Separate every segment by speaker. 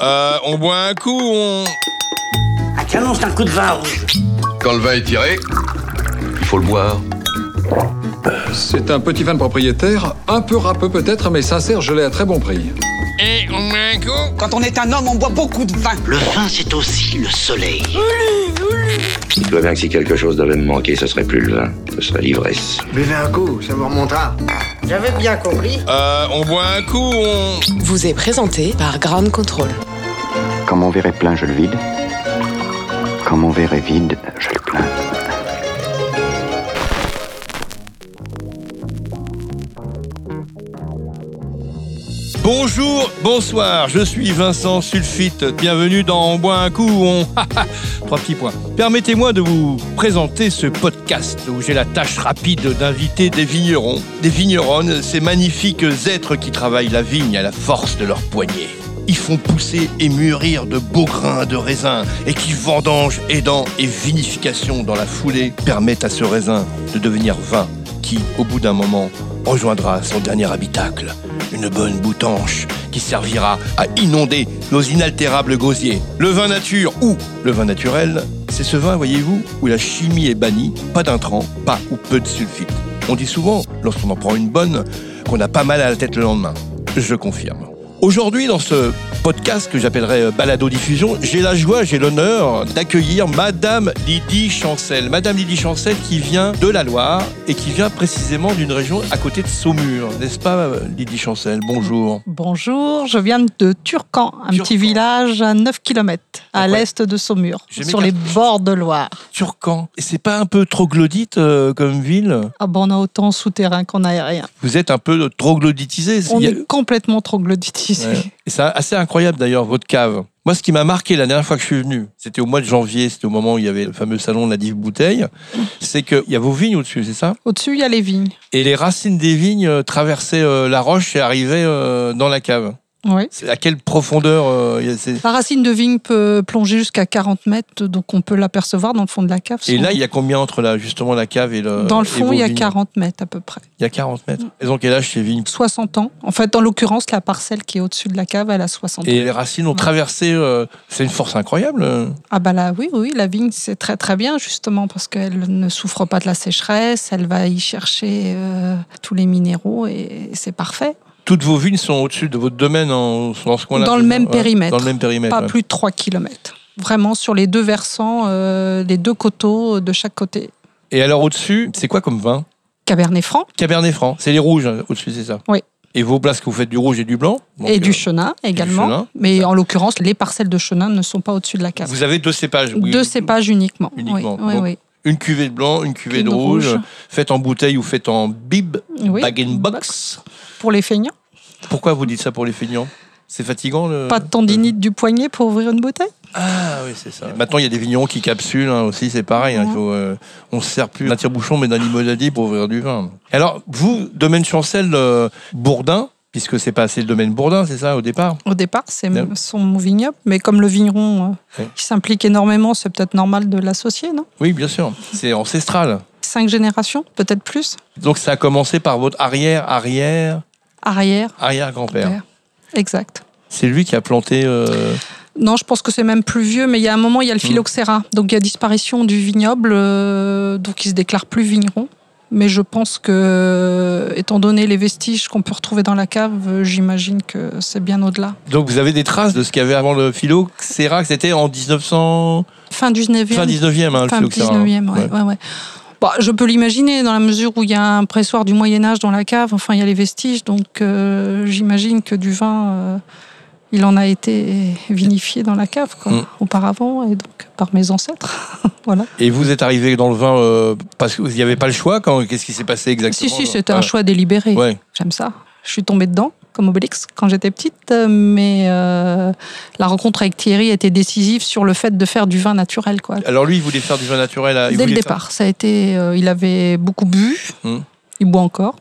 Speaker 1: Euh, on boit un coup, on...
Speaker 2: Ah, tiens, non, c'est un coup de vin rouge.
Speaker 3: Quand le vin est tiré, il faut le boire.
Speaker 4: C'est un petit vin de propriétaire, un peu râpeux peut-être, mais sincère, je l'ai à très bon prix.
Speaker 1: Et on boit un coup
Speaker 5: Quand on est un homme, on boit beaucoup de vin.
Speaker 2: Le vin, c'est aussi le soleil.
Speaker 6: Tu vois bien que si quelque chose devait me manquer, ce serait plus le vin, ce serait l'ivresse.
Speaker 7: Buvez un coup, ça vous remontera.
Speaker 8: J'avais bien compris.
Speaker 1: Euh, on boit un coup, on...
Speaker 9: vous est présenté par Ground Control.
Speaker 10: Quand mon verre est plein, je le vide. Quand mon verre est vide, je le plains.
Speaker 1: Bonjour, bonsoir, je suis Vincent Sulfite. Bienvenue dans On boit un coup, on. Trois petits points. Permettez-moi de vous présenter ce podcast où j'ai la tâche rapide d'inviter des vignerons, des vigneronnes, ces magnifiques êtres qui travaillent la vigne à la force de leurs poignets. Ils font pousser et mûrir de beaux grains de raisin et qui vendangent, aidant et vinification dans la foulée permettent à ce raisin de devenir vin qui, au bout d'un moment, rejoindra son dernier habitacle, une bonne boutanche qui servira à inonder nos inaltérables gosiers. Le vin nature ou le vin naturel, c'est ce vin, voyez-vous, où la chimie est bannie, pas d'intrants, pas ou peu de sulfite. On dit souvent, lorsqu'on en prend une bonne, qu'on a pas mal à la tête le lendemain. Je confirme. Aujourd'hui, dans ce podcast que j'appellerai Balado Diffusion, j'ai la joie, j'ai l'honneur d'accueillir Madame Lydie Chancel. Madame Lydie Chancel qui vient de la Loire et qui vient précisément d'une région à côté de Saumur, n'est-ce pas euh, Lydie Chancel Bonjour.
Speaker 11: Bonjour, je viens de Turcan, un
Speaker 1: Turcan.
Speaker 11: petit village à 9 km à
Speaker 1: Ouais.
Speaker 11: l'est de Saumur,
Speaker 1: Je
Speaker 11: sur les
Speaker 1: m'écarte.
Speaker 11: bords de Loire.
Speaker 1: Turcan. Et c'est pas un peu troglodyte euh, comme ville
Speaker 11: Ah bon, on a autant souterrain qu'on aérien.
Speaker 1: Vous êtes un peu troglodytisé.
Speaker 11: On
Speaker 1: Il y a-
Speaker 11: est complètement troglodytisé.
Speaker 1: Ouais. Et c'est assez incroyable d'ailleurs, votre cave. Moi, ce qui m'a marqué la dernière fois que je suis venu, c'était au mois de janvier, c'était au moment où il y avait le fameux salon de la dive bouteille,
Speaker 11: Mm.
Speaker 1: c'est qu'il y a vos vignes au-dessus, c'est ça
Speaker 11: Au-dessus, il y a les vignes.
Speaker 1: Et les racines des vignes euh, traversaient euh, la roche et arrivaient euh, dans la cave.
Speaker 11: Oui.
Speaker 1: C'est à quelle profondeur euh, il y a ces-
Speaker 11: La racine de vigne peut plonger jusqu'à 40 mètres, donc on peut l'apercevoir dans le fond de la cave.
Speaker 1: Et
Speaker 11: sans-
Speaker 1: là, il y euh, a combien entre là, justement la cave et le.
Speaker 11: dans le
Speaker 1: et
Speaker 11: fond,
Speaker 1: vos
Speaker 11: il y a
Speaker 1: vignes
Speaker 11: 40 mètres à peu près.
Speaker 1: Il y a 40 mètres. Elles ont quel âge ces vignes
Speaker 11: 60 ans. En fait, dans l'occurrence, la parcelle qui est au-dessus de la cave, elle a 60 ans.
Speaker 1: Et les racines ont
Speaker 11: Ouais.
Speaker 1: traversé. euh, c'est une force incroyable. euh.
Speaker 11: Ah bah là, oui, oui, la vigne, c'est très très bien justement parce qu'elle ne souffre pas de la sécheresse, elle va y chercher euh, tous les minéraux et c'est parfait.
Speaker 1: Toutes vos vignes sont au-dessus de votre domaine, en, sont dans ce coin-là.
Speaker 11: Dans le
Speaker 1: c'est
Speaker 11: même
Speaker 1: ça Ouais,
Speaker 11: périmètre.
Speaker 1: Dans le même périmètre.
Speaker 11: Pas
Speaker 1: ouais.
Speaker 11: plus de 3 km. Vraiment sur les deux versants, euh, les deux coteaux de chaque côté.
Speaker 1: Et alors au-dessus, c'est quoi comme vin
Speaker 11: Cabernet franc
Speaker 1: Cabernet franc, c'est les rouges hein, au-dessus, c'est ça
Speaker 11: Oui.
Speaker 1: Et vos places que vous faites du rouge et du blanc donc,
Speaker 11: et
Speaker 1: euh,
Speaker 11: du chenin également.
Speaker 1: chenin.
Speaker 11: Mais en l'occurrence, les parcelles de chenin ne sont pas au-dessus de la cave.
Speaker 1: Vous avez deux cépages. oui.
Speaker 11: deux cépages uniquement. Oui,
Speaker 1: Uniquement.
Speaker 11: Oui,
Speaker 1: Donc,
Speaker 11: oui,
Speaker 1: Une cuvée de blanc, une cuvée
Speaker 11: Une
Speaker 1: de rouge,
Speaker 11: rouge.
Speaker 1: faite en bouteille ou faite en bib,
Speaker 11: Oui.
Speaker 1: bag and box.
Speaker 11: Pour les feignants.
Speaker 1: Pourquoi vous dites ça pour les feignants C'est fatigant le...
Speaker 11: Pas de
Speaker 1: euh.
Speaker 11: tendinite du poignet pour ouvrir une bouteille.
Speaker 1: Ah oui, c'est ça. Maintenant, il y a des vignerons qui capsulent hein, aussi, c'est pareil. hein, il faut, euh, on ne se sert plus d'un tire-bouchon, mais d'un limonadier pour ouvrir du vin. Alors, vous, domaine Chancel, euh, Bourdin, puisque c'est pas assez le domaine Bourdin, c'est ça, au départ
Speaker 11: Au départ, c'est
Speaker 1: Non.
Speaker 11: m- son vignoble, mais comme le vigneron euh,
Speaker 1: Ouais.
Speaker 11: qui s'implique énormément, c'est peut-être normal de l'associer, non
Speaker 1: Oui, bien sûr. C'est ancestral.
Speaker 11: Cinq générations, peut-être plus,
Speaker 1: Donc ça a commencé par votre arrière, arrière,
Speaker 11: arrière,
Speaker 1: arrière grand-père.
Speaker 11: père. Exact.
Speaker 1: C'est lui qui a planté. euh,
Speaker 11: Non, je pense que c'est même plus vieux, mais il y a un moment, il
Speaker 1: Mm.
Speaker 11: y a le phylloxéra, donc il y a disparition du vignoble, euh, donc il se déclare plus vigneron. Mais je pense que, euh, étant donné les vestiges qu'on peut retrouver dans la cave, euh, j'imagine que c'est bien au-delà.
Speaker 1: Donc vous avez des traces de ce qu'il y avait avant le philo. Xéra, que c'était en 1900,
Speaker 11: Fin 19e.
Speaker 1: fin 19e, hein, le
Speaker 11: Fin
Speaker 1: philo Xéra, hein.
Speaker 11: 19e, ouais,
Speaker 1: Ouais.
Speaker 11: ouais, ouais. Bon, je peux l'imaginer dans la mesure où il y a un pressoir du Moyen Âge dans la cave. Enfin, il y a les vestiges, donc euh, j'imagine que du vin, euh, il en a été vinifié dans la cave quoi,
Speaker 1: Mm.
Speaker 11: auparavant et donc par mes ancêtres. voilà.
Speaker 1: Et vous êtes arrivé dans le vin euh, parce qu'il n'y avait pas le choix. Quand qu'est-ce qui s'est passé exactement
Speaker 11: Si, si, c'était un
Speaker 1: Ah,
Speaker 11: choix délibéré.
Speaker 1: Ouais.
Speaker 11: J'aime ça. Je suis tombée dedans, comme Obélix, quand j'étais petite, mais euh, la rencontre avec Thierry était décisive sur le fait de faire du vin naturel, quoi.
Speaker 1: Alors lui, il voulait faire du vin naturel. à- Ah, il
Speaker 11: Dès le
Speaker 1: voulait faire-
Speaker 11: départ, ça a été, euh, il avait beaucoup bu,
Speaker 1: Mm.
Speaker 11: il boit encore.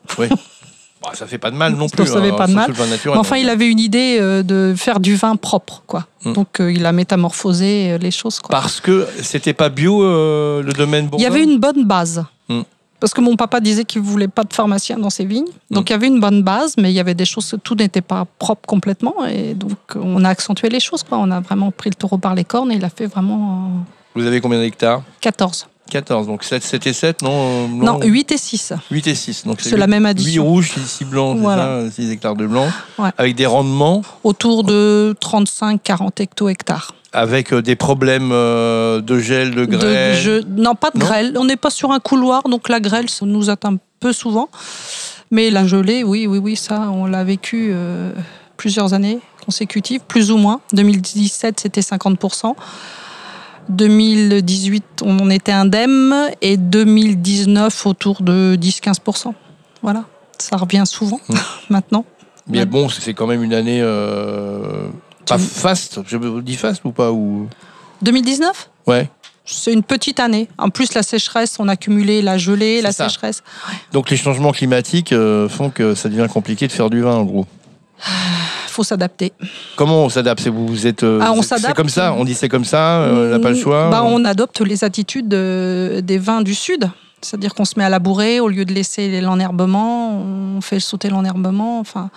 Speaker 1: Bah, ça fait pas de mal non
Speaker 11: Ça
Speaker 1: plus.
Speaker 11: fait pas de
Speaker 1: surtout
Speaker 11: mal.
Speaker 1: le vin naturel. hein.
Speaker 11: Mais enfin, il avait une idée euh, de faire du vin propre, quoi.
Speaker 1: Mm.
Speaker 11: Donc, euh, il a métamorphosé euh, les choses, quoi.
Speaker 1: Parce que c'était pas bio euh, le domaine
Speaker 11: Il y
Speaker 1: Bourdin.
Speaker 11: avait une bonne base.
Speaker 1: Mm.
Speaker 11: Parce que mon papa disait qu'il voulait pas de pharmacien dans ses vignes. Donc il y avait une bonne base, mais il y avait des choses, tout n'était pas propre complètement. Et donc on a accentué les choses. Quoi. On a vraiment pris le taureau par les cornes et il a fait vraiment euh,
Speaker 1: Vous avez combien d'hectares
Speaker 11: 14.
Speaker 1: 14, donc 7, 7 et 7, non euh,
Speaker 11: Non, 8 et 6.
Speaker 1: 8 et 6. Donc
Speaker 11: C'est la même
Speaker 1: addition. 8
Speaker 11: addition.
Speaker 1: rouges, 6 blancs,
Speaker 11: Voilà.
Speaker 1: 6 hectares de blanc,
Speaker 11: Ouais.
Speaker 1: avec des rendements,
Speaker 11: Autour de 35-40 hecto-hectares.
Speaker 1: avec euh, des problèmes euh, de gel, de
Speaker 11: De-
Speaker 1: grêle.
Speaker 11: je- non, pas de
Speaker 1: Non
Speaker 11: grêle. On n'est pas sur un couloir, donc la grêle, ça nous atteint peu souvent. Mais la gelée, oui, oui, oui, ça, on l'a vécu euh, plusieurs années consécutives, plus ou moins. 2017, c'était 50%. 2018, on en était indemne. Et 2019, autour de 10-15%. Voilà, ça revient souvent
Speaker 1: Mm.
Speaker 11: maintenant.
Speaker 1: Mais bon, c'est quand même une année euh, pas
Speaker 11: Tu-
Speaker 1: faste. Je me dis faste ou pas ou...
Speaker 11: 2019
Speaker 1: Ouais.
Speaker 11: c'est une petite année. En plus, la sécheresse, on a cumulé la gelée, la
Speaker 1: ça.
Speaker 11: sécheresse.
Speaker 1: Donc les changements climatiques euh, font que ça devient compliqué de faire du vin en gros.
Speaker 11: faut s'adapter.
Speaker 1: Comment on s'adapte C'est- vous, vous êtes. euh,
Speaker 11: Ah, on
Speaker 1: vous êtes- C'est
Speaker 11: s'adapte.
Speaker 1: comme ça. On dit c'est comme ça. euh, on n'a pas le choix.
Speaker 11: Bah, on adopte les attitudes euh, des vins du Sud. C'est-à-dire qu'on se met à labourer au lieu de laisser l'enherbement, on fait sauter l'enherbement. Enfin,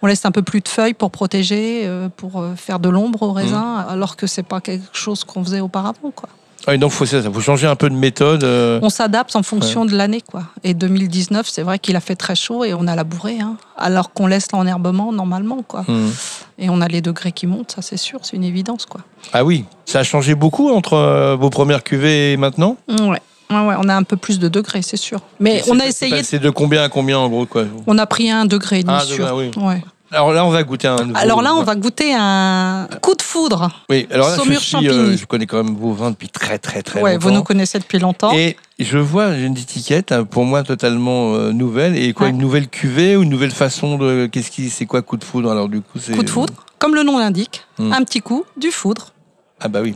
Speaker 11: on laisse un peu plus de feuilles pour protéger, euh, pour euh, faire de l'ombre aux
Speaker 1: Mmh.
Speaker 11: raisins, alors que c'est pas quelque chose qu'on faisait auparavant. Quoi.
Speaker 1: Ah, et donc faut ça. Faut changer un peu de méthode. euh,
Speaker 11: On s'adapte en fonction de l'année, quoi. Et 2019, c'est vrai qu'il a fait très chaud et on a labouré, hein, alors qu'on laisse l'enherbement normalement, quoi.
Speaker 1: hmm.
Speaker 11: Et on a les degrés qui montent, ça c'est sûr, c'est une évidence, quoi.
Speaker 1: Ah oui. Ça a changé beaucoup entre euh, vos premières cuvées et maintenant.
Speaker 11: Ouais. Ouais, ouais, on a un peu plus de degrés, c'est sûr. Mais
Speaker 1: C'est-
Speaker 11: on a
Speaker 1: c'est
Speaker 11: essayé,
Speaker 1: passé de combien à combien en gros quoi.
Speaker 11: on a pris un degré, et demi
Speaker 1: Ah,
Speaker 11: sûr.
Speaker 1: degré, oui.
Speaker 11: Ouais.
Speaker 1: Alors là on va goûter un. nouveau-
Speaker 11: Alors là, on va goûter un coup de foudre.
Speaker 1: Oui. Alors là, je,
Speaker 11: Saumur
Speaker 1: suis, euh,
Speaker 11: champigny.
Speaker 1: je connais quand même vos vins depuis très très très
Speaker 11: ouais,
Speaker 1: longtemps.
Speaker 11: vous nous connaissez depuis longtemps.
Speaker 1: Et je vois j'ai une étiquette hein, pour moi totalement euh, nouvelle et quoi
Speaker 11: Ouais.
Speaker 1: une nouvelle cuvée ou une nouvelle façon de qu'est-ce qui c'est quoi coup de foudre alors du coup c'est
Speaker 11: Coup de foudre, comme le nom l'indique,
Speaker 1: Hmm.
Speaker 11: un petit coup, du foudre.
Speaker 1: ah bah oui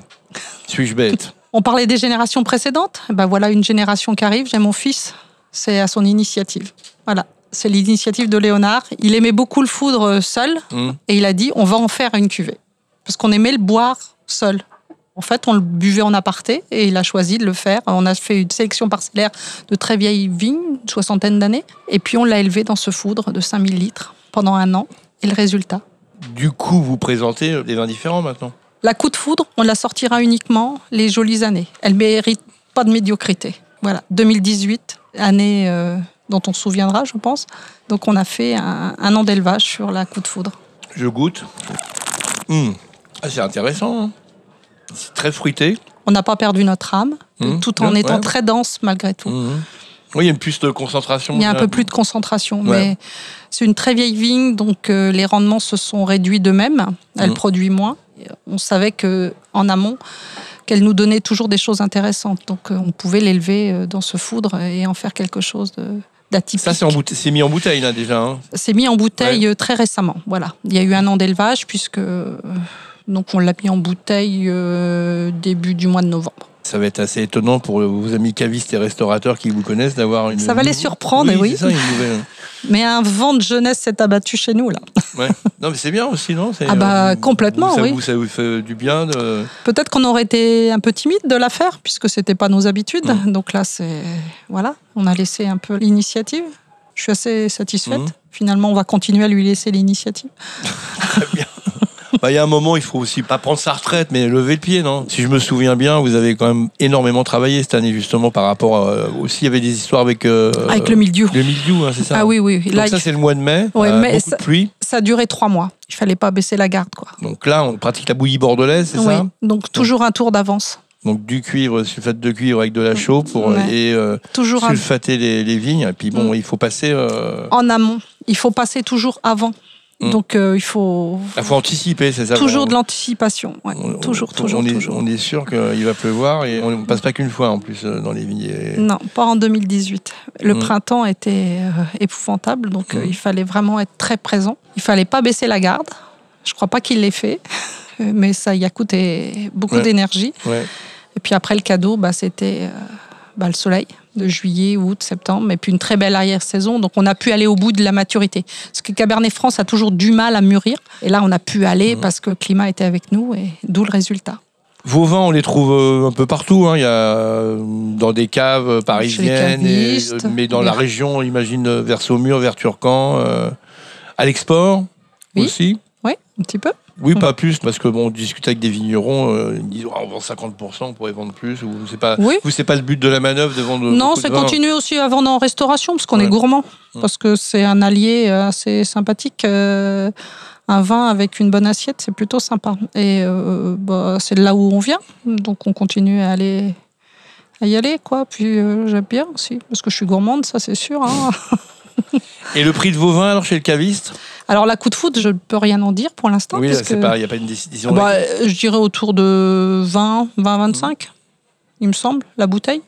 Speaker 1: suis-je bête
Speaker 11: On parlait des générations précédentes. Ben voilà une génération qui arrive. J'ai mon fils. C'est à son initiative. Voilà. C'est l'initiative de Léonard. Il aimait beaucoup le foudre euh, seul
Speaker 1: Hmm.
Speaker 11: et il a dit on va en faire une cuvée. Parce qu'on aimait le boire seul. En fait, on le buvait en aparté et il a choisi de le faire. On a fait une sélection parcellaire de très vieilles vignes, une soixantaine d'années. Et puis on l'a élevé dans ce foudre de 5000 litres pendant un an. Et le résultat
Speaker 1: du coup vous présentez euh, des vins différents maintenant
Speaker 11: la coup de foudre, on la sortira uniquement les jolies années. Elle mérite pas de médiocrité. Voilà, 2018, année euh, dont on se souviendra, je pense. Donc on a fait un, un an d'élevage sur la coup de foudre.
Speaker 1: je goûte Hmm. Ah, c'est intéressant hein. c'est très fruité
Speaker 11: On n'a pas perdu notre âme,
Speaker 1: Mmh,
Speaker 11: tout en
Speaker 1: ouais,
Speaker 11: étant
Speaker 1: ouais.
Speaker 11: très dense malgré tout.
Speaker 1: Mhm. oui il y a une plus de concentration
Speaker 11: Il y a un peu plus de concentration,
Speaker 1: Ouais.
Speaker 11: mais c'est une très vieille vigne, donc euh, les rendements se sont réduits d'eux-mêmes. Elle
Speaker 1: Mhm.
Speaker 11: produit moins. On savait que en amont qu'elle nous donnait toujours des choses intéressantes, donc euh, on pouvait l'élever euh, dans ce foudre et en faire quelque chose de- d'atypique.
Speaker 1: ça c'est en bouteille- c'est mis en bouteille là déjà hein.
Speaker 11: C'est mis en bouteille euh, très récemment. Voilà, il y a eu un an d'élevage puisque euh, donc on l'a mis en bouteille euh, début du mois de novembre.
Speaker 1: ça va être assez étonnant pour vos amis cavistes et restaurateurs qui vous connaissent d'avoir une
Speaker 11: Ça va les surprendre, oui.
Speaker 1: c'est ça, une nouvelle
Speaker 11: Mais un vent de jeunesse s'est abattu chez nous là.
Speaker 1: Ouais. Non, mais c'est bien aussi, non C'est,
Speaker 11: Ah bah,
Speaker 1: euh,
Speaker 11: complètement,
Speaker 1: ça
Speaker 11: oui.
Speaker 1: Vous, ça vous fait du bien. de-
Speaker 11: Peut-être qu'on aurait été un peu timide de la faire, puisque c'était pas nos habitudes.
Speaker 1: Mm.
Speaker 11: Donc là, c'est. Voilà, on a laissé un peu l'initiative. Je suis assez satisfaite.
Speaker 1: Mhm.
Speaker 11: Finalement, on va continuer à lui laisser l'initiative.
Speaker 1: Bah, Il y a un moment, il faut aussi pas prendre sa retraite, mais lever le pied, non Si je me souviens bien, vous avez quand même énormément travaillé cette année, justement, par rapport à- aussi. Il y avait des histoires avec. euh,
Speaker 11: Avec le mildiou.
Speaker 1: le mildiou, hein, c'est ça
Speaker 11: Ah oui, oui. oui.
Speaker 1: Donc
Speaker 11: Là,
Speaker 1: ça,
Speaker 11: il-
Speaker 1: c'est le mois de mai.
Speaker 11: Ouais,
Speaker 1: euh,
Speaker 11: mais
Speaker 1: beaucoup
Speaker 11: ça-
Speaker 1: de pluie.
Speaker 11: ça a duré trois mois. Il fallait pas baisser la garde, quoi.
Speaker 1: Donc là, on pratique la bouillie bordelaise, c'est
Speaker 11: Oui.
Speaker 1: ça
Speaker 11: Donc toujours un tour d'avance.
Speaker 1: Donc du cuivre, sulfate de cuivre avec de la chaux pour
Speaker 11: Ouais.
Speaker 1: et euh,
Speaker 11: Toujours un-
Speaker 1: sulfater les, les vignes. Et puis bon,
Speaker 11: Mm.
Speaker 1: il faut passer. euh,
Speaker 11: en amont. Il faut passer toujours avant.
Speaker 1: Mhm.
Speaker 11: Donc euh, il faut
Speaker 1: Il faut anticiper, c'est ça
Speaker 11: toujours
Speaker 1: vraiment.
Speaker 11: de l'anticipation. Ouais,
Speaker 1: On- on-
Speaker 11: toujours,
Speaker 1: on-
Speaker 11: toujours,
Speaker 1: on est,
Speaker 11: toujours.
Speaker 1: on est sûr qu'il va pleuvoir et on ne passe pas qu'une fois en plus euh, dans les vignes. Et-
Speaker 11: Non, pas en 2018. Le
Speaker 1: Mm.
Speaker 11: printemps était euh, épouvantable, donc euh,
Speaker 1: Mm.
Speaker 11: il fallait vraiment être très présent. Il fallait pas baisser la garde. Je crois pas qu'il l'ait fait, euh, mais ça y a coûté beaucoup
Speaker 1: Ouais.
Speaker 11: d'énergie.
Speaker 1: Ouais.
Speaker 11: Et puis après le cadeau, bah, c'était euh, bah, le soleil de juillet, août, septembre, et puis une très belle arrière-saison. Donc on a pu aller au bout de la maturité. Parce que Cabernet France a
Speaker 1: Mm.
Speaker 11: toujours du mal à mûrir. Et là, on a pu aller parce que le climat était avec nous, et d'où le résultat.
Speaker 1: Vos vins, on les trouve euh, un peu partout. hein. Il y a euh, dans des caves euh, parisiennes, et- euh,
Speaker 11: cavistes.
Speaker 1: mais dans la
Speaker 11: Oui.
Speaker 1: région, on imagine euh, vers Saumur, vers Turcan, euh, à l'export
Speaker 11: Oui.
Speaker 1: aussi.
Speaker 11: Oui, un petit peu.
Speaker 1: Oui,
Speaker 11: Mm.
Speaker 1: pas plus, parce que bon, on discute avec des vignerons, euh, ils me disent Ah, on vend 50%, on pourrait vendre plus. Ou c'est pas,
Speaker 11: Oui.
Speaker 1: vous, c'est pas le but de la manœuvre de vendre.
Speaker 11: Non,
Speaker 1: Euh, beaucoup de
Speaker 11: c'est
Speaker 1: vin.
Speaker 11: continuer aussi à vendre en restauration, parce qu'on
Speaker 1: Ouais.
Speaker 11: est gourmand,
Speaker 1: Mm.
Speaker 11: parce que c'est un allié assez sympathique. euh, un vin avec une bonne assiette, c'est plutôt sympa. Et euh, bah, c'est de là où on vient, donc on continue à aller à y aller, quoi. Puis euh, j'aime bien aussi, parce que je suis gourmande, ça c'est sûr. hein.
Speaker 1: Et le prix de vos vins, alors, chez le caviste
Speaker 11: Alors la coup de foot, je ne peux rien en dire pour l'instant.
Speaker 1: Oui, là,
Speaker 11: parce
Speaker 1: c'est
Speaker 11: que-
Speaker 1: pas, il n'y a pas une décision.
Speaker 11: Bah, euh, je dirais autour de 20, 20, 25,
Speaker 1: Mmh.
Speaker 11: il me semble, la bouteille.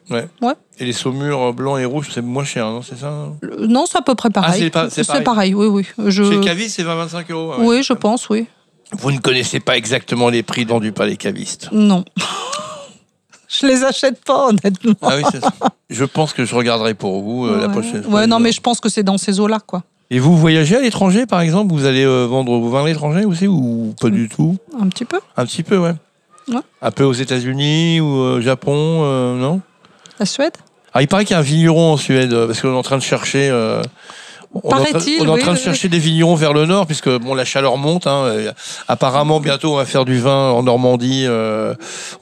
Speaker 1: Et les saumures euh, blancs et rouges, c'est moins cher, non C'est ça non
Speaker 11: Le- Non, c'est à peu près pareil.
Speaker 1: Ah, c'est pas- c'est
Speaker 11: pareil. oui, oui. Je...
Speaker 1: Chez le caviste, c'est 20-25 euros. ah ouais.
Speaker 11: Euh, Oui, je pense, oui.
Speaker 1: Vous ne connaissez pas exactement les prix vendus par les cavistes.
Speaker 11: Non. je les achète pas, honnêtement.
Speaker 1: Ah oui, c'est ça. Je pense que je regarderai pour vous euh, la
Speaker 11: Ouais.
Speaker 1: prochaine fois.
Speaker 11: Ouais, non, mais je pense que c'est dans ces eaux-là, quoi.
Speaker 1: Et vous voyagez à l'étranger, par exemple Vous allez euh, vendre vos vins à l'étranger aussi ou pas du tout
Speaker 11: Un petit peu.
Speaker 1: Un petit peu, ouais.
Speaker 11: Ouais.
Speaker 1: Un peu aux États-Unis ou au Japon, euh, non
Speaker 11: La Suède
Speaker 1: Ah, il paraît qu'il y a un vigneron en Suède, euh, parce qu'on est en train de chercher. euh, on est en train-
Speaker 11: Paraît-il,
Speaker 1: on est en
Speaker 11: oui,
Speaker 1: train de
Speaker 11: oui,
Speaker 1: chercher des vignerons vers le nord, puisque bon, la chaleur monte. hein, euh, apparemment, bientôt, on va faire du vin en Normandie, euh,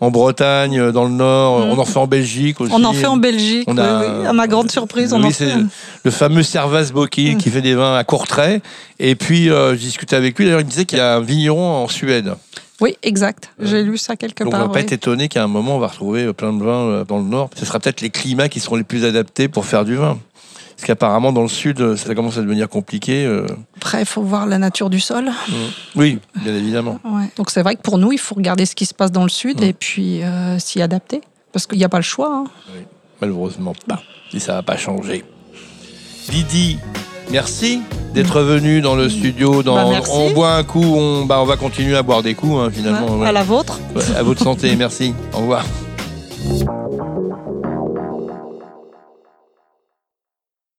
Speaker 1: en Bretagne, euh, dans le nord.
Speaker 11: Mm.
Speaker 1: On en fait en Belgique aussi.
Speaker 11: On en fait en Belgique,
Speaker 1: On a-
Speaker 11: oui,
Speaker 1: euh,
Speaker 11: oui. à ma grande surprise. on
Speaker 1: Oui,
Speaker 11: en
Speaker 1: c'est
Speaker 11: fait. Mm.
Speaker 1: le fameux Servas Boki qui fait des vins à Courtrai. Et puis, euh, je discutais avec lui. D'ailleurs, il me disait qu'il y a un vigneron en Suède.
Speaker 11: Oui, exact. J'ai lu ça quelque
Speaker 1: Donc, on
Speaker 11: part.
Speaker 1: va pas
Speaker 11: oui.
Speaker 1: être étonné qu'à un moment, on va retrouver euh, plein de vins euh, dans le Nord. Ce sera peut-être les climats qui seront les plus adaptés pour faire du vin. Parce qu'apparemment, dans le Sud, euh, ça commence à devenir compliqué. euh.
Speaker 11: Après, il faut voir la nature du sol.
Speaker 1: Oui, bien évidemment.
Speaker 11: Ouais. Donc c'est vrai que pour nous, il faut regarder ce qui se passe dans le sud et puis euh, s'y adapter. Parce qu'il n'y a pas le choix. hein.
Speaker 1: Malheureusement pas. Et ça va pas changer. Lydie, merci d'être venue dans le studio. Dans
Speaker 11: Bah, merci.
Speaker 1: On boit un coup, on, bah, on va continuer à boire des coups, hein, finalement.
Speaker 11: Ouais,
Speaker 1: ouais.
Speaker 11: À la vôtre.
Speaker 1: Ouais, à votre santé, merci. Au revoir.